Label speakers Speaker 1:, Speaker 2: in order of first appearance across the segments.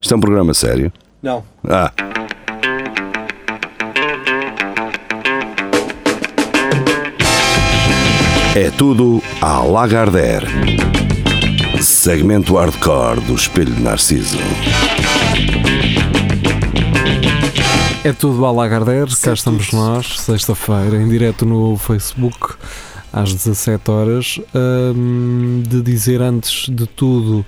Speaker 1: Isto é um programa sério.
Speaker 2: Não.
Speaker 1: Ah, é tudo à Lagardère. Segmento hardcore do Espelho de Narciso.
Speaker 3: É tudo à Lagardère, cá estamos nós, sexta-feira, em direto no Facebook, às 17 horas. Hum, de dizer antes de tudo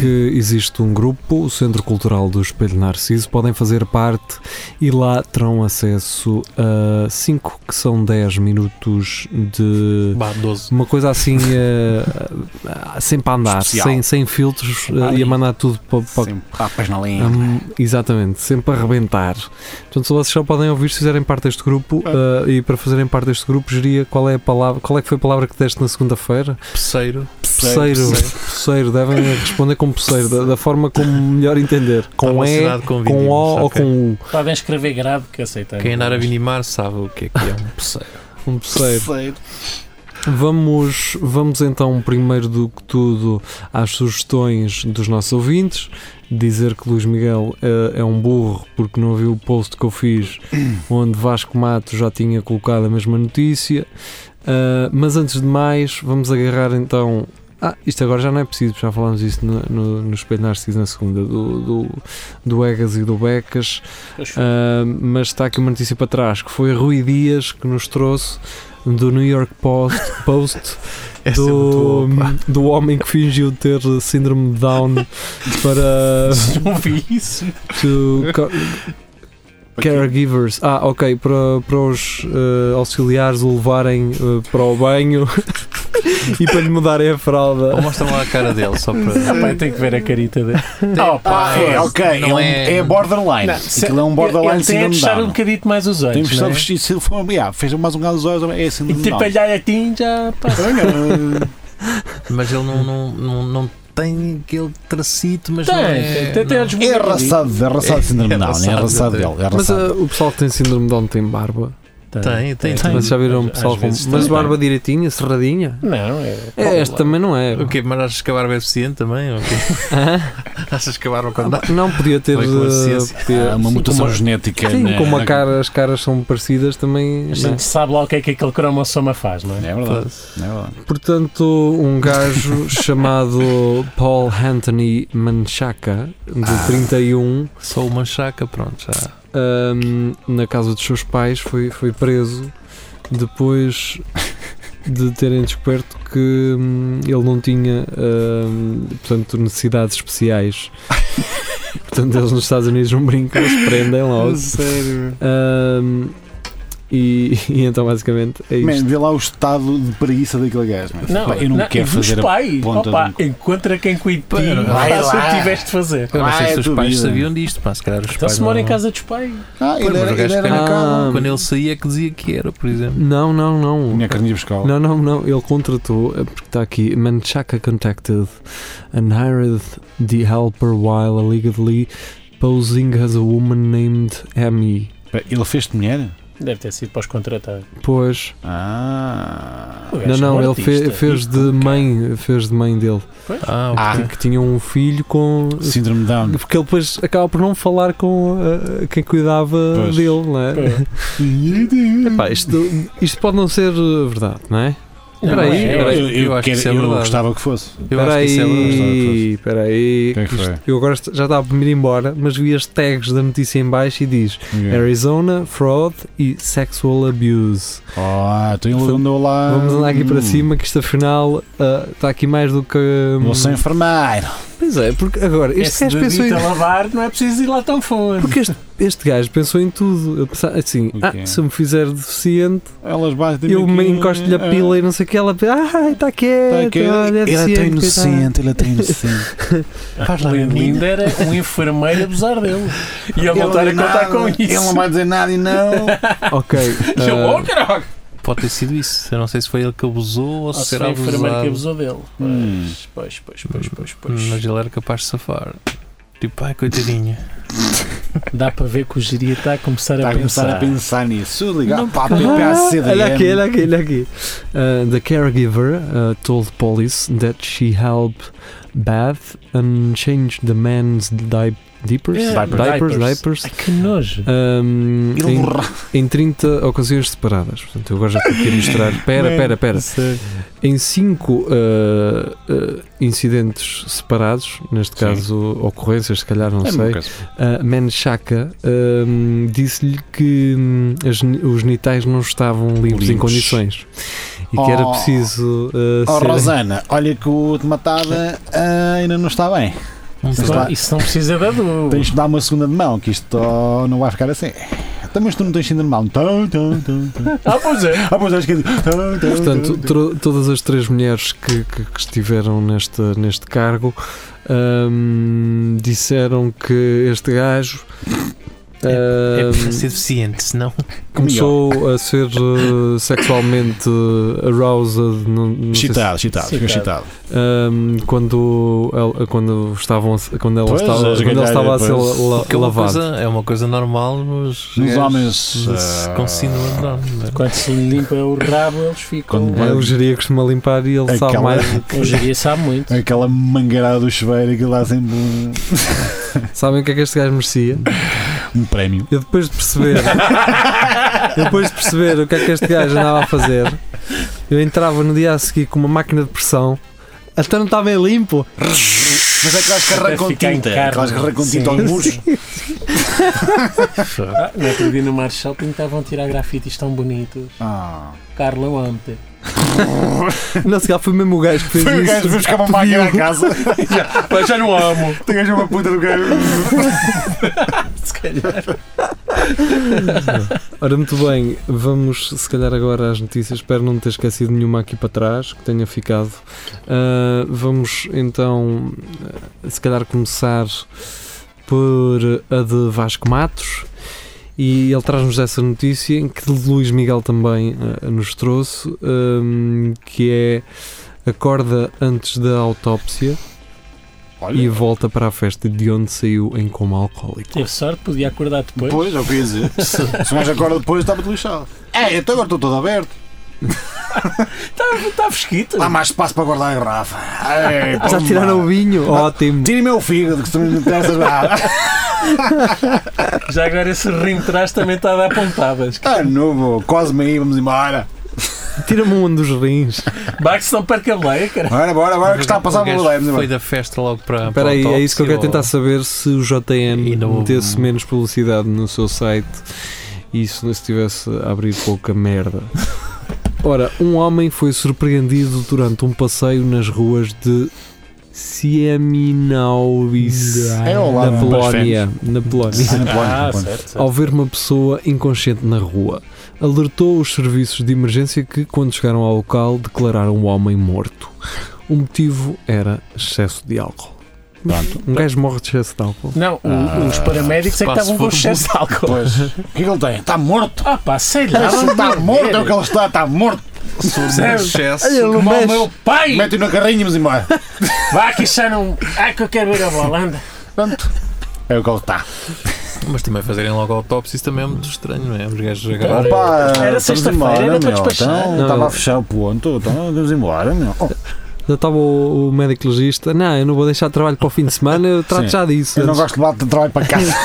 Speaker 3: que existe um grupo, o Centro Cultural do Espelho Narciso, podem fazer parte e lá terão acesso a 5 que são 10 minutos de.
Speaker 2: Bah, 12.
Speaker 3: Uma coisa assim, eh, ah, sem para andar,
Speaker 4: Especial.
Speaker 3: sem, sem filtros eh,
Speaker 4: andar.
Speaker 3: e a mandar tudo para, para,
Speaker 4: Sem papas na linha.
Speaker 3: Hum, exatamente, sempre a arrebentar. Portanto, se vocês só podem ouvir se fizerem parte deste grupo eh, e para fazerem parte deste grupo, geria qual é a palavra, qual é que foi a palavra que deste na segunda-feira?
Speaker 2: Peceiro.
Speaker 3: Peceiro, peceiro, devem responder com peceiro, da, da forma como melhor entender. Com E,
Speaker 2: relacionado Tá com
Speaker 3: com
Speaker 2: vinimos,
Speaker 3: O ou
Speaker 2: ok.
Speaker 3: com U.
Speaker 5: Podem escrever grave que aceitamos.
Speaker 2: Quem andar a vinimar sabe o que é que é um peceiro.
Speaker 3: Um peceiro. Vamos, vamos então, primeiro do que tudo, às sugestões dos nossos ouvintes. Dizer que Luís Miguel eh, é, um burro porque não viu o post que eu fiz onde Vasco Mato já tinha colocado a mesma notícia. Ah, mas antes de mais, vamos agarrar então. Ah, isto agora já não é preciso, já falámos isso no, no, no Espelho Narciso na segunda, do, do, do Egas e do Becas. Ah, mas está aqui uma notícia para trás que foi Rui Dias que nos trouxe do New York Post, Post
Speaker 2: Essa é muito
Speaker 3: do, hum,
Speaker 2: boa, pá.
Speaker 3: do homem que fingiu ter síndrome de Down para
Speaker 5: Não vi isso.
Speaker 3: to co- caregivers. Ah, ok, para, para os eh, auxiliares o levarem eh, para o banho e para lhe mudarem a fralda.
Speaker 2: Ou mostra lá a cara dele, só para.
Speaker 5: Ah, pá, tem que ver a carita dele.
Speaker 4: Ah, é, ok.
Speaker 2: Não
Speaker 4: é,
Speaker 2: é-
Speaker 4: é, borderline. Aquilo é um borderline
Speaker 5: Ele tem é
Speaker 4: síndrome de
Speaker 5: deixar um
Speaker 4: Down.
Speaker 5: bocadito mais os olhos.
Speaker 4: Temos só
Speaker 5: não é?
Speaker 4: vestir se for, yeah, fez mais um galo dos olhos, é
Speaker 5: E
Speaker 4: síndrome de
Speaker 5: tipo,
Speaker 4: Down.
Speaker 5: olhar a ti já passa.
Speaker 2: Mas ele não, não, não, não tem aquele tracito, mas não
Speaker 5: Tem,
Speaker 2: é.
Speaker 5: tem, tem
Speaker 2: não.
Speaker 5: olhos
Speaker 4: É
Speaker 5: bonitos.
Speaker 4: arraçado, é arraçado de síndrome
Speaker 2: É
Speaker 4: de Down, é
Speaker 2: arraçado,
Speaker 4: arraçado
Speaker 2: é.
Speaker 4: dele, é
Speaker 3: Mas
Speaker 4: arraçado.
Speaker 3: ah, o pessoal que tem síndrome de Down tem barba.
Speaker 2: Tem, tem, tem.
Speaker 3: Mas já viram o
Speaker 5: Às-
Speaker 3: um pessoal
Speaker 5: às
Speaker 3: com.
Speaker 5: vezes
Speaker 3: Mas
Speaker 5: também.
Speaker 3: barba direitinha, serradinha?
Speaker 5: Não, é.
Speaker 3: É, este também não é.
Speaker 2: O quê? Mas achas que a barba é eficiente também? ou o quê?
Speaker 3: Hã?
Speaker 2: Achas que a barba quando dá?
Speaker 3: Não podia ter.
Speaker 2: Foi com a
Speaker 3: eh,
Speaker 2: ciência.
Speaker 3: podia-
Speaker 4: Há Ah, uma
Speaker 3: Sim,
Speaker 4: mutação né?
Speaker 3: como-
Speaker 4: genética.
Speaker 3: Sim,
Speaker 4: na-
Speaker 3: como a
Speaker 4: na-
Speaker 3: cara, as caras são parecidas também.
Speaker 5: A
Speaker 3: né?
Speaker 5: gente sabe lá o que é que aquele cromossoma faz, não é?
Speaker 4: É verdade. é verdade.
Speaker 3: Portanto, um gajo chamado Paul Anthony Manchaca, de 31,
Speaker 2: Só uma chaca, pronto, já.
Speaker 3: ahm, na casa dos seus pais, foi, foi preso depois de terem descoberto que hum, ele não tinha ahm, portanto, necessidades especiais. Portanto, eles nos Estados Unidos não brincam, eles prendem logo.
Speaker 4: Sério.
Speaker 3: Ahm, e, e então, basicamente, é
Speaker 4: Man,
Speaker 3: isto.
Speaker 4: vê lá o estado de preguiça daquele gajo. man. Pá, eu não, quero
Speaker 5: e dos
Speaker 4: fazer. a-
Speaker 5: pais.
Speaker 4: ponta
Speaker 5: Opa,
Speaker 4: de um-
Speaker 5: encontra quem cuide de
Speaker 2: Pera,
Speaker 5: ti.
Speaker 2: vai
Speaker 5: Faça o
Speaker 4: lá.
Speaker 5: que tiveste de fazer.
Speaker 2: Eu não
Speaker 4: Ah,
Speaker 2: sei
Speaker 4: é
Speaker 2: se os
Speaker 4: tua
Speaker 2: pais
Speaker 4: vida.
Speaker 2: sabiam disto, pá. Se calhar os
Speaker 5: Então
Speaker 2: pais.
Speaker 5: se mora em
Speaker 2: não-
Speaker 5: casa dos pais.
Speaker 4: Ah,
Speaker 2: Pois,
Speaker 4: ele
Speaker 2: mas o
Speaker 4: era,
Speaker 2: gajo
Speaker 4: ele era
Speaker 2: tem-
Speaker 4: na
Speaker 3: Ah.
Speaker 4: casa.
Speaker 2: Quando ele saía, que dizia que era, por exemplo.
Speaker 3: Não, não, não.
Speaker 4: Minha carninha pescal.
Speaker 3: Não, não, não. Ele contratou, eh, porque está aqui, Manchaca contacted and hired the helper while allegedly posing as a woman named Amy.
Speaker 4: Pá, Ele fez-te mulher?
Speaker 5: Deve ter sido para os contratar.
Speaker 3: Pois.
Speaker 4: Ah.
Speaker 5: O gajo
Speaker 3: Não,
Speaker 5: é
Speaker 3: não,
Speaker 5: um
Speaker 3: ele fe-
Speaker 5: artista.
Speaker 3: fez de mãe, fez de mãe dele.
Speaker 2: Ah, ok.
Speaker 4: Ah.
Speaker 3: Que tinha um filho com.
Speaker 4: Síndrome de Down.
Speaker 3: Porque ele depois acaba por não falar com eh, quem cuidava
Speaker 4: Pois.
Speaker 3: dele, não é?
Speaker 5: Pô.
Speaker 3: Pá, isto, isto pode não ser eh, verdade, não é?
Speaker 5: Não,
Speaker 3: Espera aí,
Speaker 5: é,
Speaker 3: espera
Speaker 4: Eu,
Speaker 3: aí.
Speaker 4: eu,
Speaker 2: Eu acho que
Speaker 4: quero-
Speaker 2: isso é
Speaker 4: eu
Speaker 2: verdade.
Speaker 4: gostava que fosse.
Speaker 2: Eu acho que isso é verdade.
Speaker 3: Peraí, peraí.
Speaker 4: Quem é que
Speaker 3: Isto-
Speaker 4: foi?
Speaker 3: Eu agora est- já estava para me ir embora, mas vi as tags da notícia em baixo e diz Arizona, fraud e sexual abuse.
Speaker 4: Ah, então ele andou lá.
Speaker 3: Vamos andar aqui
Speaker 2: Ah.
Speaker 3: para
Speaker 4: Hum.
Speaker 3: cima que isto afinal ah, está aqui mais do que. hum,
Speaker 4: Vou ser enfermeiro.
Speaker 3: Pois é, porque agora este
Speaker 5: Esse
Speaker 3: gajo pensou
Speaker 5: dedito
Speaker 3: em.
Speaker 5: a lavar, não é preciso ir lá tão fundo.
Speaker 3: Porque este, este gajo pensou em tudo. Eu pensava assim,
Speaker 4: O
Speaker 3: ah,
Speaker 4: quê?
Speaker 3: se eu me fizer deficiente,
Speaker 4: Elas batem tá
Speaker 3: eu
Speaker 2: um,
Speaker 3: me encosto-lhe
Speaker 2: é,
Speaker 3: a pila e não sei o que, ela ah, está quieto,
Speaker 2: Tá
Speaker 3: olha, é
Speaker 4: Ele é tão
Speaker 3: deficiente, coitado."
Speaker 4: inocente, ele é tão inocente. Faz lá,
Speaker 5: Lindo
Speaker 4: menina.
Speaker 5: era um enfermeiro abusar dele. E ele é não estar a
Speaker 4: não diz
Speaker 5: contar
Speaker 4: nada,
Speaker 5: com
Speaker 4: Ele não
Speaker 5: isso.
Speaker 4: vai dizer nada e não.
Speaker 3: Ok.
Speaker 5: E
Speaker 2: é
Speaker 5: eu,
Speaker 3: ah,
Speaker 5: oh, caralho!
Speaker 2: Pode ter sido isso. Eu não sei se foi ele que abusou ou
Speaker 5: Ou
Speaker 2: se
Speaker 5: se
Speaker 2: será
Speaker 5: foi o enfermeiro que
Speaker 2: abusado.
Speaker 5: abusou dele.
Speaker 4: Hum.
Speaker 5: Pois, pois, pois, pois, pois,
Speaker 2: Mas
Speaker 5: pois.
Speaker 2: ele era capaz de safar. Tipo, ai, coitadinha.
Speaker 5: Dá para ver que o geria está a começar
Speaker 4: Está
Speaker 5: a
Speaker 4: a começar
Speaker 5: pensar.
Speaker 4: a pensar nisso. Ligar
Speaker 3: Não,
Speaker 4: para a
Speaker 3: Ah, olha aqui, olha
Speaker 4: PPACDM.
Speaker 3: aqui, olha aqui. Uh, the caregiver uh, told police that she helped bathe and changed the man's di- Diapers?
Speaker 5: É,
Speaker 3: Diapers,
Speaker 5: diapers.
Speaker 3: diapers.
Speaker 5: Ai, que nojo.
Speaker 3: Ahm,
Speaker 4: Ele
Speaker 3: em,
Speaker 4: borra-
Speaker 3: em 30 ocasiões separadas. Portanto, eu agora já estou aqui a mostrar. Pera,
Speaker 5: Man,
Speaker 3: pera, pera.
Speaker 5: Sério.
Speaker 3: Em 5 incidentes separados, neste
Speaker 4: Sim.
Speaker 3: caso ocorrências, se calhar, não
Speaker 4: É
Speaker 3: sei,
Speaker 4: uma coisa.
Speaker 3: a Menchaka disse-lhe que hum, as geni- os genitais não estavam limpos, em
Speaker 4: Limpos.
Speaker 3: condições e que era
Speaker 4: Oh.
Speaker 3: preciso uh,
Speaker 4: Oh,
Speaker 3: ser-
Speaker 4: Rosana, olha que o de matada ah, ainda não está bem.
Speaker 5: Isso
Speaker 4: Está-
Speaker 5: não- Isso não precisa de adubo.
Speaker 4: Tens de dar uma segunda de mão, que isto oh, não vai ficar assim. Então, mas tu não tens segunda de mão. Tão, tão, tão, tão.
Speaker 5: Ah, pois é.
Speaker 4: Ah, pois acho que é. Tão, tão,
Speaker 3: Portanto,
Speaker 4: tão, tão.
Speaker 3: tro- todas as três mulheres que, que- que estiveram neste, neste cargo hum, disseram que este gajo
Speaker 2: É
Speaker 3: hum,
Speaker 2: para ser deficiente, senão.
Speaker 3: começou a ser uh, sexualmente uh, aroused não- não sei se-
Speaker 4: Chitado, chitado, ficou chitado.
Speaker 3: hum, quando, ela, quando, estavam, a- quando ela
Speaker 4: Pois,
Speaker 3: estava,
Speaker 4: as
Speaker 3: quando ela
Speaker 4: galhas,
Speaker 3: estava a ser
Speaker 4: pois.
Speaker 3: la- la-
Speaker 2: Porque é uma,
Speaker 3: lavada.
Speaker 2: coisa, é uma coisa normal nos,
Speaker 4: Nos homens.
Speaker 2: Se continua a dar, não é?
Speaker 5: Quando se limpa o rabo, eles ficam.
Speaker 4: Quando-
Speaker 3: É, o geria costuma limpar e ele sabe
Speaker 4: Aquela-
Speaker 3: mais,
Speaker 5: O geria sabe muito.
Speaker 4: Aquela mangueirada do chuveiro, aquilo lá sempre um,
Speaker 3: sabem o que é que este gajo merecia.
Speaker 4: um prémio.
Speaker 3: Eu depois de perceber, eu depois de perceber o que é que este gajo andava a fazer, eu entrava no dia a seguir com uma máquina de pressão, até não estava bem limpo.
Speaker 4: Mas é que vais carregar com
Speaker 5: ficar em
Speaker 4: tinta.
Speaker 5: carne.
Speaker 4: Vais carregar com
Speaker 5: Sim.
Speaker 4: tinta aos muros.
Speaker 5: Ah, no outro dia no Marshall pintavam tirar grafites tão bonitos.
Speaker 4: Ah.
Speaker 5: Carlão Amte.
Speaker 3: Não sei, foi mesmo o gajo que fez
Speaker 4: Foi o
Speaker 3: isso.
Speaker 4: gajo que buscar uma máquina à casa.
Speaker 5: Mas já não amo.
Speaker 4: Tem gajo uma puta do gajo.
Speaker 5: Se calhar.
Speaker 3: Ora, muito bem, vamos se calhar agora às notícias. Espero não ter esquecido nenhuma aqui para trás, que tenha ficado. Ah, vamos então, ah, se calhar, começar por a de Vasco Matos. E ele traz-nos essa notícia em que Luís Miguel também ah, nos trouxe, ahm, que é acorda antes da autópsia e
Speaker 4: Olha.
Speaker 3: volta para a festa de onde saiu em coma alcoólico.
Speaker 5: Teve sorte, podia acordar depois.
Speaker 4: Pois, é o que eu ia dizer. Se o gajo acorda depois, estava-te lixado. É, então agora estou todo aberto.
Speaker 5: Está fresquito.
Speaker 4: Há mais espaço para guardar a garrafa. Ei,
Speaker 3: Já
Speaker 4: pô,
Speaker 3: tiraram o
Speaker 4: mano.
Speaker 3: vinho? Ótimo!
Speaker 4: Tirem meu fígado, que também não interessa já.
Speaker 5: Já agora esse rim de trás também está a dar pontadas.
Speaker 4: Ah, novo, quase-me aí, vamos embora.
Speaker 3: Tira-me um dos rins.
Speaker 5: Bax não perca a boleia, cara.
Speaker 4: Bora, bora, bora, que está a passar
Speaker 2: O
Speaker 4: por
Speaker 2: gajo
Speaker 4: lá. vamos
Speaker 2: Foi
Speaker 4: embora.
Speaker 2: da festa logo para.
Speaker 3: Espera aí, é isso que eu quero tentar saber se o JM
Speaker 2: Ainda houve-
Speaker 3: metesse menos publicidade no seu site e se não estivesse a abrir pouca merda. Ora, um homem foi surpreendido durante um passeio nas ruas de Sieminowis,
Speaker 4: É ao
Speaker 3: na
Speaker 4: lado das
Speaker 3: Polónia. Na Polónia.
Speaker 4: Ah, na Polónia,
Speaker 5: Ah,
Speaker 4: na Polónia.
Speaker 5: certo, certo.
Speaker 3: ao ver uma pessoa inconsciente na rua. Alertou os serviços de emergência que, quando chegaram ao local, declararam o homem morto. O motivo era excesso de álcool. Mas Um gajo morre de excesso de álcool.
Speaker 5: Oh, Não, o- os paramédicos é que
Speaker 2: Pá, se
Speaker 5: estavam com
Speaker 2: for
Speaker 5: o chefe de álcool.
Speaker 4: Pois. O que é que ele tem? Está morto.
Speaker 5: Ah pá, sei lá.
Speaker 4: Ele
Speaker 5: vamos
Speaker 4: Está
Speaker 5: ver.
Speaker 4: morto, é o que ele está, está morto.
Speaker 5: Percebes?
Speaker 3: Olha,
Speaker 5: Como o meu pai!
Speaker 4: Mete-o na carrinha e vamos embora.
Speaker 5: Vá que já não. Ah, que eu quero ver a bola, anda.
Speaker 4: Pronto. É o que ele está.
Speaker 2: Mas também fazerem logo autópsia, isso também é muito estranho, não é? Os gajos agarraram.
Speaker 4: Opa,
Speaker 5: Era
Speaker 4: estamos
Speaker 5: sexta-feira,
Speaker 4: embora,
Speaker 5: era
Speaker 4: meu.
Speaker 5: para despachar.
Speaker 4: Então,
Speaker 3: Não,
Speaker 4: Estava
Speaker 3: eu-
Speaker 4: a fechar o ponto, então vamos embora, meu. Oh,
Speaker 3: Já estava o, o médico legista. Não, eu não vou deixar de trabalho para o fim de semana, eu trato
Speaker 4: Sim.
Speaker 3: já disso.
Speaker 4: eu não
Speaker 3: Antes-
Speaker 4: gosto de levar de trabalho para casa.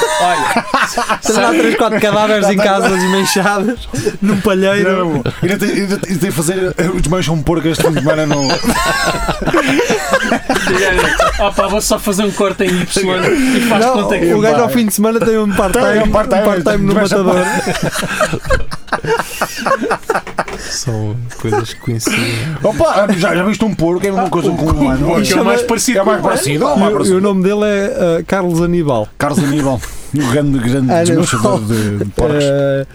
Speaker 3: Tenho lá 3, 4 cadáveres em casa desmanchados, num palheiro.
Speaker 4: Não, ainda tem- ainda tem- ainda tem de fazer eh, os meus são porco este fim de semana não.
Speaker 5: Ah pá, vou só fazer um corte em Y e faz
Speaker 3: Não,
Speaker 5: conta que.
Speaker 3: o gajo ao fim de semana tem um
Speaker 4: Tem
Speaker 3: part-time
Speaker 4: um
Speaker 3: um
Speaker 4: part-time,
Speaker 3: part-time no
Speaker 4: desmancha-
Speaker 3: matador.
Speaker 2: São coisas que coincidem.
Speaker 4: Opa, já, já viste um porco, é uma coisa com um humano.
Speaker 5: que é o mais parecido
Speaker 4: É o mais
Speaker 5: com o
Speaker 4: parecido, é o
Speaker 3: E
Speaker 4: mais
Speaker 3: o- E o
Speaker 4: parecido.
Speaker 3: nome dele é ah, Carlos Aníbal.
Speaker 4: Carlos Aníbal, o grande, grande
Speaker 3: Aníbal.
Speaker 4: desmanchador de de porcos.
Speaker 3: Eh,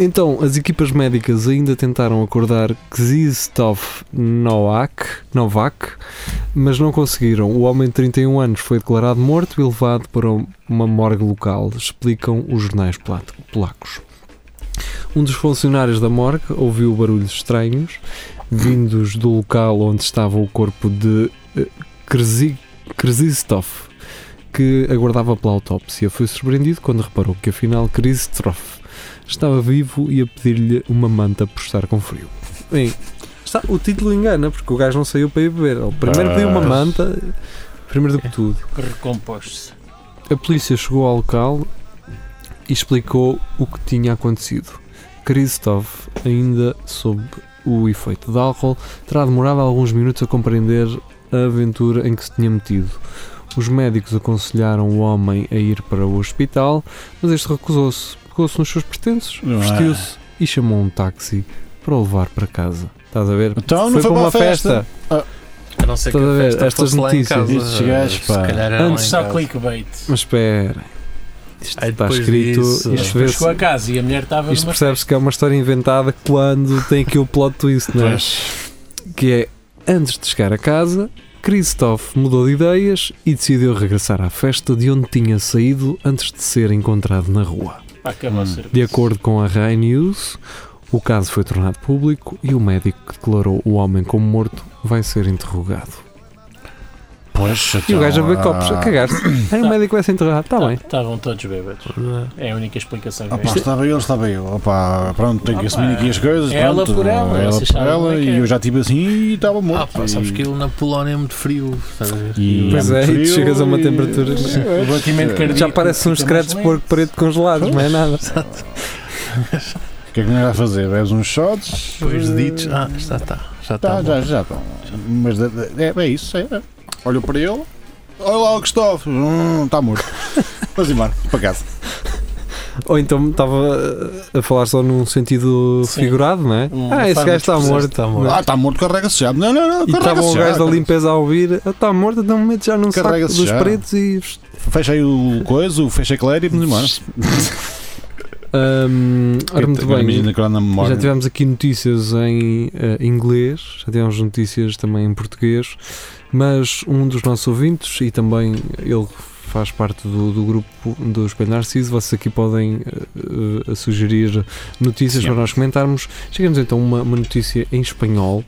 Speaker 3: então, as equipas médicas ainda tentaram acordar Krzysztof Nowak, Novak, mas não conseguiram. O homem de 31 anos foi declarado morto e levado para uma morgue local, explicam os jornais pla- polacos. Um dos funcionários da morgue ouviu barulhos estranhos vindos do local onde estava o corpo de eh, Krzysztof. Krzysztof, que aguardava pela autópsia, foi surpreendido quando reparou que afinal Krzysztof estava vivo e a pedir-lhe uma manta por estar com frio. Bem, está- o título engana, porque o gajo não saiu para ir beber. Ele primeiro pediu uma
Speaker 4: Pois.
Speaker 3: manta, primeiro do que tudo.
Speaker 5: Recompôs-se.
Speaker 3: A polícia chegou ao local e explicou o que tinha acontecido. Krzysztof, ainda sob o efeito de álcool, terá demorado alguns minutos a compreender a aventura em que se tinha metido. Os médicos aconselharam o homem a ir para o hospital, mas este recusou-se, pegou-se nos seus pertences,
Speaker 4: Não é?
Speaker 3: vestiu-se e chamou um táxi para o levar para casa. Estás a ver?
Speaker 4: Então não foi, para uma festa.
Speaker 2: A não ser que
Speaker 3: Estás a
Speaker 2: a
Speaker 3: ver,
Speaker 2: festa
Speaker 3: estas
Speaker 2: fosse lá em
Speaker 3: notícias,
Speaker 2: casa.
Speaker 4: estes gajos,
Speaker 2: se
Speaker 4: pá.
Speaker 2: calhar era
Speaker 3: Antes
Speaker 5: Antes
Speaker 2: lá em
Speaker 5: só
Speaker 2: casa.
Speaker 5: clickbait.
Speaker 3: Mas espera, isto
Speaker 2: Ai,
Speaker 3: está
Speaker 2: depois
Speaker 3: escrito,
Speaker 2: disso. é
Speaker 5: Mas
Speaker 3: isto
Speaker 5: depois
Speaker 3: vê-se
Speaker 5: chegou a casa e a mulher estava
Speaker 3: Isto
Speaker 5: numa.
Speaker 3: percebe-se que é uma história inventada quando tem aqui o plot twist, não é? Que é, antes de chegar a casa, Christoph mudou de ideias e decidiu regressar à festa de onde tinha saído antes de ser encontrado na rua.
Speaker 5: Pá, acabou o
Speaker 4: Hum.
Speaker 5: serviço.
Speaker 3: De acordo com a Rai News, o caso foi tornado público e o médico que declarou o homem como morto vai ser interrogado.
Speaker 4: Poxa, então, ah,
Speaker 3: E o gajo a
Speaker 4: vê
Speaker 3: ver copos,
Speaker 2: Ah.
Speaker 3: a cagar-se. Aí o médico vai ser enterrado,
Speaker 4: Tá
Speaker 3: está
Speaker 2: Tá,
Speaker 3: bem.
Speaker 5: Estavam todos bêbados. É a única explicação que
Speaker 4: Opa,
Speaker 5: vejo.
Speaker 4: ah, estava eu, estava eu. Opa, pronto, tenho que
Speaker 5: Opa,
Speaker 4: assumir aqui as coisas.
Speaker 5: ela
Speaker 4: pronto,
Speaker 5: por ela,
Speaker 4: Ela
Speaker 5: vocês
Speaker 4: por
Speaker 5: sabem como
Speaker 4: ela.
Speaker 5: é que
Speaker 4: E
Speaker 5: é.
Speaker 4: eu já estive assim e estava
Speaker 2: Ah,
Speaker 4: morto.
Speaker 2: pá, sabes que ele na Polónia é muito frio. estás a ver?
Speaker 4: E-
Speaker 3: Pois
Speaker 4: e
Speaker 3: é, e tu
Speaker 4: frio
Speaker 3: chegas a uma
Speaker 4: e-
Speaker 3: temperatura-
Speaker 4: É,
Speaker 5: O batimento
Speaker 4: é.
Speaker 5: cardíaco.
Speaker 3: Já parece uns
Speaker 5: fica mais
Speaker 3: secretos
Speaker 5: lento.
Speaker 3: porco preto congelados, não é nada.
Speaker 4: O que é que não era a fazer? Bebes uns shots?
Speaker 2: Depois
Speaker 4: eh,
Speaker 2: ditos. Ah, já está. Já
Speaker 4: Tá,
Speaker 2: está.
Speaker 4: já, já estão. Mas da- da- é, é isso, é. é. Olho para ele. Olha lá o Cristóvão. Hum, Está morto. Vamos embora, para casa.
Speaker 3: Ou então estava a falar só num sentido
Speaker 5: Sim.
Speaker 3: figurado, não é?
Speaker 5: Hum,
Speaker 3: ah, esse
Speaker 5: faz
Speaker 3: gajo está
Speaker 5: muito
Speaker 3: morto.
Speaker 2: Está morto.
Speaker 4: Ah, está morto, carrega-se já. Não, não, não,
Speaker 3: E estava
Speaker 4: Então carrega-se
Speaker 3: o
Speaker 4: já.
Speaker 3: gajo da limpeza a ouvir, "Ah, está morto, então momento já num saco
Speaker 4: Carrega-se
Speaker 3: dos
Speaker 4: já.
Speaker 3: pretos e.
Speaker 4: Fecha aí o coisa, o fecha a clareira e vamos embora.
Speaker 3: Hum, ora, muito
Speaker 4: Agora
Speaker 3: bem.
Speaker 4: Imagina que lá na memória.
Speaker 3: Já tivemos aqui notícias em eh, inglês, já tivemos notícias também em português, mas um dos nossos ouvintes, e também ele faz parte do, do grupo do Espelho Narciso, vocês aqui podem eh, eh, sugerir notícias
Speaker 4: Sim.
Speaker 3: para nós comentarmos. Chegamos então a uma, uma notícia em espanhol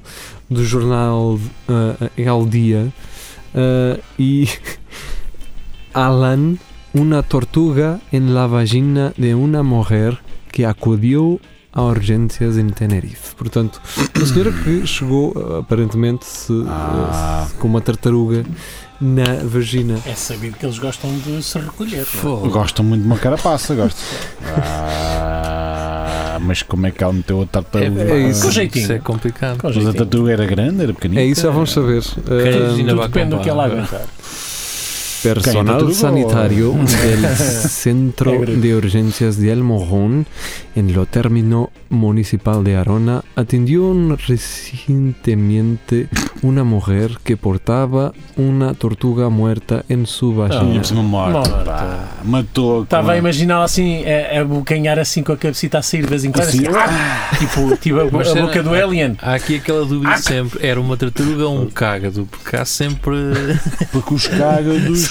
Speaker 3: do jornal eh, El Dia eh, e Alan, uma tortuga en la vagina de uma mulher que acudiu a urgências em Tenerife. Portanto, uma senhora que chegou eh, aparentemente se, eh,
Speaker 4: Ah.
Speaker 3: se- com uma tartaruga na vagina.
Speaker 5: É sabido que eles gostam de se recolher. não é?
Speaker 4: Gosto muito de uma carapaça, gosto. Ah, mas como é que ela meteu a tartaruga?
Speaker 3: É- é isso.
Speaker 5: Com jeitinho.
Speaker 2: Isso é complicado.
Speaker 5: Com
Speaker 4: Mas a
Speaker 5: jeitinho.
Speaker 4: tartaruga era grande, era pequenina.
Speaker 3: É isso, já vamos saber.
Speaker 2: Quem
Speaker 3: Eh,
Speaker 2: ainda
Speaker 5: Tudo
Speaker 2: vai
Speaker 5: depende do que é ela
Speaker 2: acabar.
Speaker 5: aguentar.
Speaker 4: Quem,
Speaker 3: Personal
Speaker 4: Tortuga
Speaker 3: sanitario
Speaker 4: ou-
Speaker 3: del Centro
Speaker 5: Negro.
Speaker 3: de Urgencias de El Morrón, en lo término municipal de Arona, atendió un- recientemente una mujer que portaba una tortuga muerta en su vagina.
Speaker 4: Tinha por cima morta.
Speaker 5: Morta.
Speaker 4: pá. Matou.
Speaker 5: Estava a imaginá-la Tá assim, a, a bocanhar assim com a cabecita a sair de vez em quando.
Speaker 4: Assim,
Speaker 5: Assim, ah! tipo, tipo a,
Speaker 2: Mas é-
Speaker 5: a
Speaker 2: será-
Speaker 5: boca do Alien.
Speaker 2: Há aqui aquela dúvida sempre: era uma tartaruga ou um cágado? Porque há sempre.
Speaker 4: Porque os cágados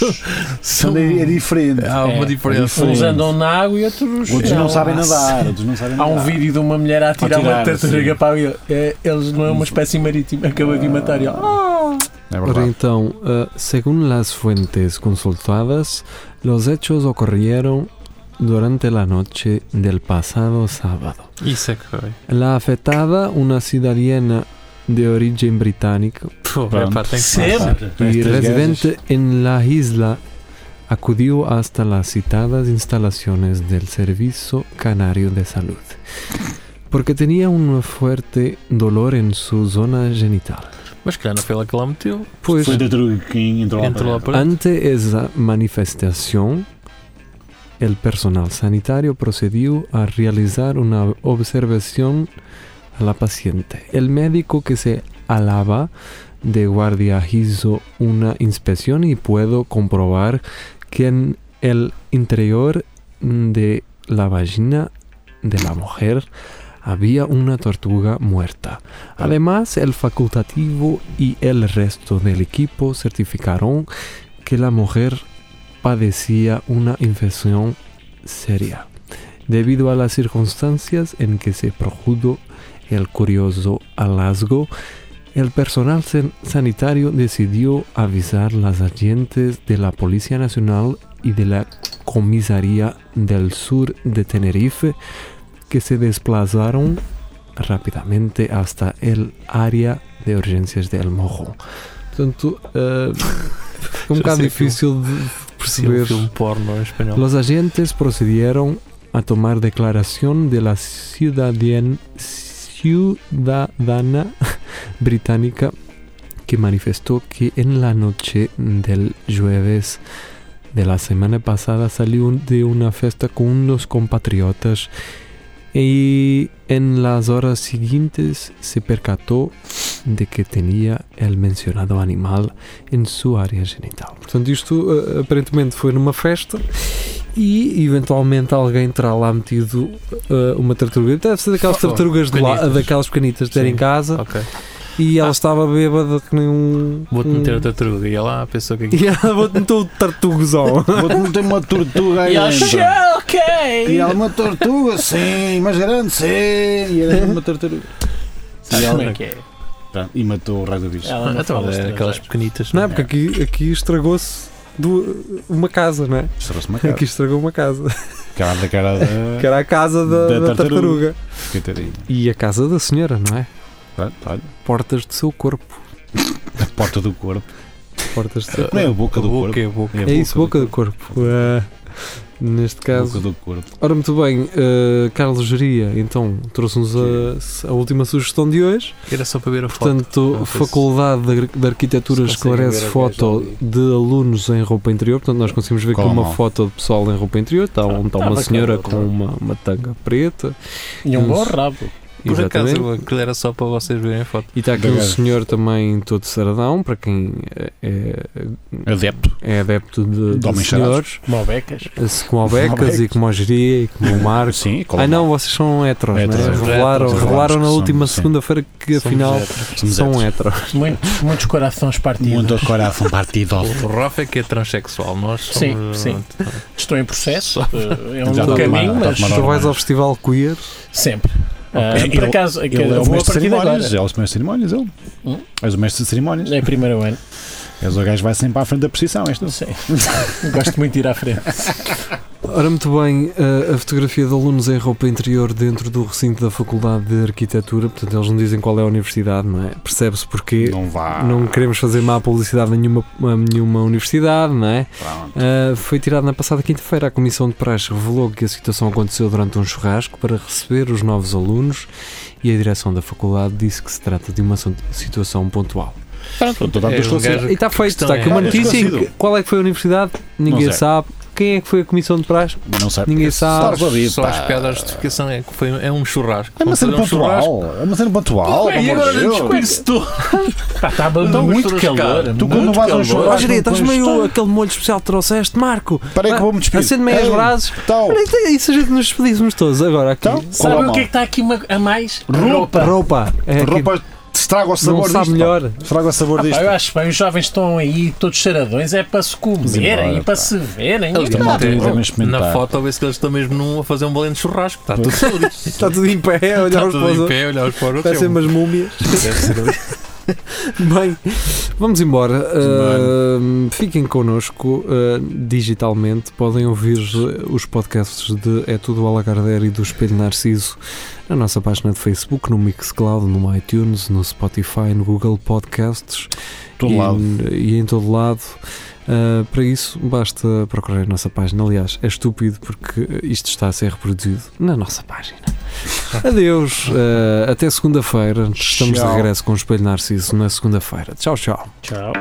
Speaker 2: são-
Speaker 4: é diferente.
Speaker 2: Há uma
Speaker 5: É,
Speaker 2: diferença.
Speaker 5: Uns
Speaker 4: diferente.
Speaker 5: andam na água e outros.
Speaker 4: Outros não
Speaker 5: Há-
Speaker 4: sabem nadar. Outros não sabem
Speaker 5: Há um
Speaker 4: nadar.
Speaker 5: vídeo de uma mulher a tirar uma
Speaker 4: tirar,
Speaker 5: tartaruga
Speaker 4: sim.
Speaker 5: para a água. É, Eles não é uma espécie marítima. Acabou de matar. e ela, Ah,
Speaker 4: É
Speaker 3: Ora,
Speaker 4: verdade.
Speaker 3: então, eh, según las fuentes consultadas, los hechos ocurrieron durante la noche del pasado sábado.
Speaker 2: Isso é que foi.
Speaker 3: La afectada, una ciudadana de origen británico,
Speaker 2: Pô,
Speaker 4: Pronto.
Speaker 2: epá, tem que passar.
Speaker 5: Sempre.
Speaker 3: y
Speaker 4: Estas
Speaker 3: residente en la isla acudió hasta las citadas instalaciones del Servicio Canario de Salud porque tenía un fuerte dolor en su zona genital.
Speaker 2: Mas calhar não foi lá que ela meteu.
Speaker 3: Pues
Speaker 4: Foi a tartaruga que entrou lá.
Speaker 2: Entrou lá
Speaker 4: para
Speaker 2: para
Speaker 3: ante esa manifestación, el personal sanitario procedió a realizar una observación a la paciente. El médico que se alaba de guardia hizo una inspección y puedo comprobar que en el interior de la vagina de la mujer había una tortuga muerta. Además, el facultativo y el resto del equipo certificaron que la mujer padecía una infección seria, debido a las circunstancias en que se produjo el curioso hallazgo. El personal sen- sanitario decidió avisar las agentes de la Policía Nacional y de la Comisaría del Sur de Tenerife que se desplazaron rápidamente hasta el área de urgencias de El Mojo. Portanto, eh, é um
Speaker 2: Já
Speaker 3: bocado
Speaker 2: sei que
Speaker 3: difícil de
Speaker 2: parecia um
Speaker 3: perceber.
Speaker 2: filme porno em espanhol.
Speaker 3: Los agentes procedieron a tomar declaración de la ciudadien- ciudadana británica que manifestó que en la noche del jueves de la semana pasada salió un- de una fiesta con unos compatriotas y en las horas siguientes se percató de que tenía el mencionado animal em sua área genital. Portanto, isto eh, aparentemente foi numa festa e eventualmente alguém terá lá metido eh, uma tartaruga. Deve ser daquelas
Speaker 2: Oh,
Speaker 3: tartarugas de lá,
Speaker 2: pequenitas.
Speaker 3: daquelas pequenitas Ah. de ter em
Speaker 2: Sim.
Speaker 3: casa
Speaker 2: Ok.
Speaker 3: e ela estava bêbada que nem um.
Speaker 2: Vou-te
Speaker 3: um...
Speaker 2: meter a tartaruga. E ela ah, pensou que aqui.
Speaker 3: E ela vou-te meter o tartugozão.
Speaker 4: Vou-te meter uma tortuga aí dentro.
Speaker 2: é.
Speaker 4: E
Speaker 5: ok!
Speaker 4: ela uma tortuga, sim, mas grande, sim. E era uma tortuga.
Speaker 5: Sabe
Speaker 4: E
Speaker 5: como
Speaker 4: ela-
Speaker 5: é que é?
Speaker 4: Pronto, e matou o raio do bicho.
Speaker 5: Ela
Speaker 2: Ah,
Speaker 5: não
Speaker 2: então,
Speaker 5: fala
Speaker 2: era
Speaker 5: estrangeiros.
Speaker 2: aquelas pequenitas.
Speaker 3: não é? Porque aqui, aqui estragou-se du- uma casa, não é?
Speaker 4: Estrou-se uma cara.
Speaker 3: Aqui estragou uma casa.
Speaker 4: Cara da cara
Speaker 3: Que
Speaker 4: da.
Speaker 3: era a casa da,
Speaker 4: Da
Speaker 3: da tartaruga.
Speaker 4: Coitadinha.
Speaker 3: E a casa da senhora, não é?
Speaker 4: Pronto, olha.
Speaker 3: Portas do seu corpo.
Speaker 4: A porta do corpo.
Speaker 3: Portas do seu corpo.
Speaker 4: Não é a boca
Speaker 2: A
Speaker 4: do corpo.
Speaker 2: boca é a boca.
Speaker 3: É isso, boca do corpo. Ah, neste
Speaker 4: Boca
Speaker 3: caso.
Speaker 4: do corpo.
Speaker 3: Ora, muito bem, ah, Carlos Geria, então, trouxe-nos a, a última sugestão de hoje.
Speaker 2: Era só para ver a foto.
Speaker 3: Portanto,
Speaker 2: Não sei se-
Speaker 3: Faculdade de Ar- de Arquitetura
Speaker 5: se conseguem
Speaker 3: esclarece
Speaker 5: ver o que é
Speaker 3: foto
Speaker 5: já
Speaker 3: de alunos em roupa interior. Portanto, nós conseguimos ver aqui
Speaker 4: Como?
Speaker 3: uma foto de pessoal em roupa interior. Está, um- está uma
Speaker 5: bacana,
Speaker 3: senhora
Speaker 5: tá.
Speaker 3: com uma, uma tanga preta.
Speaker 5: E um bom
Speaker 3: Uns-
Speaker 5: rabo.
Speaker 2: Por
Speaker 3: exatamente.
Speaker 2: acaso, aquilo era só para vocês verem a foto.
Speaker 3: E está aqui
Speaker 4: Da
Speaker 3: um
Speaker 4: gaja.
Speaker 3: senhor também todo saradão, para quem é- é,
Speaker 4: Adepto.
Speaker 3: é adepto de,
Speaker 4: De
Speaker 3: de
Speaker 4: homens
Speaker 3: senhores,
Speaker 5: Malbecas.
Speaker 3: se como o Becas e como o Geria e como o Marco.
Speaker 4: Sim,
Speaker 3: Ah não, vocês são heteros,
Speaker 4: Heteros,
Speaker 3: não é?
Speaker 2: heteros,
Speaker 3: Revelaram,
Speaker 2: heteros,
Speaker 3: revelaram
Speaker 4: que
Speaker 3: na
Speaker 4: são,
Speaker 3: última
Speaker 4: sim.
Speaker 3: segunda-feira que afinal
Speaker 2: eh,
Speaker 3: são heteros.
Speaker 5: Muitos, muitos corações partidos.
Speaker 4: Muito coração partido.
Speaker 2: O Rafa é que é transexual. Nós
Speaker 5: Sim,
Speaker 2: somos. eh,
Speaker 5: sim. Estou em processo. eh, É um
Speaker 4: Já está
Speaker 5: longo caminho,
Speaker 4: tomado,
Speaker 5: mas
Speaker 4: está tomado.
Speaker 3: Tu vais ao festival queer
Speaker 5: sempre. Ah,
Speaker 4: Ok.
Speaker 5: por
Speaker 4: Ele-
Speaker 5: acaso,
Speaker 4: Ele é o
Speaker 5: vou a
Speaker 4: mestre de
Speaker 5: partir de
Speaker 4: cerimónias.
Speaker 5: agora.
Speaker 4: É o mestre de cerimónias, ele.
Speaker 5: Hum?
Speaker 4: És o mestre de cerimónias.
Speaker 5: É primeiro ano.
Speaker 2: É.
Speaker 4: És o gajo que vai sempre à frente da precisão. És tu.
Speaker 5: Sim. Gosto muito de ir à frente.
Speaker 3: Ora, muito bem, eh, a, a fotografia de alunos em roupa interior dentro do recinto da Faculdade de Arquitetura, portanto, eles não dizem qual é a universidade, não é? Percebe-se porque
Speaker 4: Não vá.
Speaker 3: não queremos fazer má publicidade a nenhuma, a nenhuma universidade, não é?
Speaker 4: Pronto.
Speaker 3: Ah, foi tirado na passada quinta-feira. A Comissão de Praxe revelou que a situação aconteceu durante um churrasco para receber os novos alunos e a direção da faculdade disse que se trata de uma so- situação pontual.
Speaker 4: Pronto, então,
Speaker 2: É,
Speaker 4: estou
Speaker 2: um
Speaker 4: a ser-
Speaker 2: gajo
Speaker 3: E está feito,
Speaker 2: questão
Speaker 3: está aqui
Speaker 2: é-
Speaker 3: uma
Speaker 4: Ah,
Speaker 3: notícia. em
Speaker 4: desconhecido.
Speaker 3: que- Qual é que foi a universidade? Ninguém
Speaker 4: sei.
Speaker 3: sabe. Quem é que foi a Comissão de Praxe?
Speaker 4: Não sei.
Speaker 3: Ninguém
Speaker 4: Está
Speaker 3: sabe.
Speaker 4: resolvido,
Speaker 2: Só
Speaker 4: pá.
Speaker 2: as piadas de justificação é que foi, é um churrasco.
Speaker 4: É uma
Speaker 2: Vamos
Speaker 4: cena
Speaker 2: fazer um churrasco.
Speaker 4: pontual. É uma cena pontual.
Speaker 5: E agora
Speaker 4: Tu
Speaker 5: Está
Speaker 2: Então,
Speaker 5: tá muito
Speaker 2: gostoso,
Speaker 5: calor.
Speaker 2: cara.
Speaker 5: muito
Speaker 4: quando vais a um
Speaker 5: calor.
Speaker 3: Ó,
Speaker 4: churrasco.
Speaker 3: Jeria, estás meio
Speaker 4: Estou-
Speaker 3: aquele molho especial que trouxeste, Marco. Ah,
Speaker 4: Espera aí que vou-me despedir.
Speaker 3: Acende-me aí os
Speaker 4: Ei,
Speaker 3: braços.
Speaker 4: Tal.
Speaker 3: Olha, então, E se a gente nos despedíssemos todos agora aqui?
Speaker 4: Então, qual
Speaker 5: Sabe
Speaker 4: é
Speaker 5: o
Speaker 4: o
Speaker 5: que é que está aqui uma- a mais?
Speaker 4: Roupa.
Speaker 3: Roupa. É aqui.
Speaker 4: Roupa estraga o
Speaker 3: Não
Speaker 4: sabor disto.
Speaker 3: sabe
Speaker 4: pá.
Speaker 3: melhor.
Speaker 4: Estraga o sabor
Speaker 5: Ah, Pá,
Speaker 4: disto.
Speaker 5: eu acho bem, os jovens estão aí todos cheiradões, é para se comerem
Speaker 4: embora,
Speaker 5: e para se
Speaker 2: Eles
Speaker 5: verem. E tá
Speaker 4: Esta
Speaker 2: Não,
Speaker 4: malta
Speaker 2: tem-
Speaker 4: ainda não
Speaker 2: Na
Speaker 4: experimentar.
Speaker 2: foto, vê-se que eles estão mesmo num, a fazer um valente churrasco. Está tudo ali. Está
Speaker 3: Está tudo em pé, olhar uns para
Speaker 2: tudo
Speaker 3: os
Speaker 2: em
Speaker 3: outros.
Speaker 2: pé, olhar os para os outros. é um
Speaker 3: Parecem umas múmias. Bem, vamos embora. Ahm, fiquem connosco ah, digitalmente. Podem ouvir eh, os podcasts de É Tudo Alagarder e do Espelho Narciso na nossa página de Facebook, no Mixcloud, no iTunes, no Spotify, no Google Podcasts
Speaker 4: Todo
Speaker 3: e,
Speaker 4: um lado.
Speaker 3: e em todo lado. Ah, para isso, basta procurar a nossa página. Aliás, é estúpido porque isto está a ser reproduzido na nossa página. Adeus, ah, até segunda-feira. Estamos
Speaker 4: Tchau.
Speaker 3: de regresso com o Espelho Narciso na segunda-feira. Tchau, tchau.
Speaker 5: Tchau.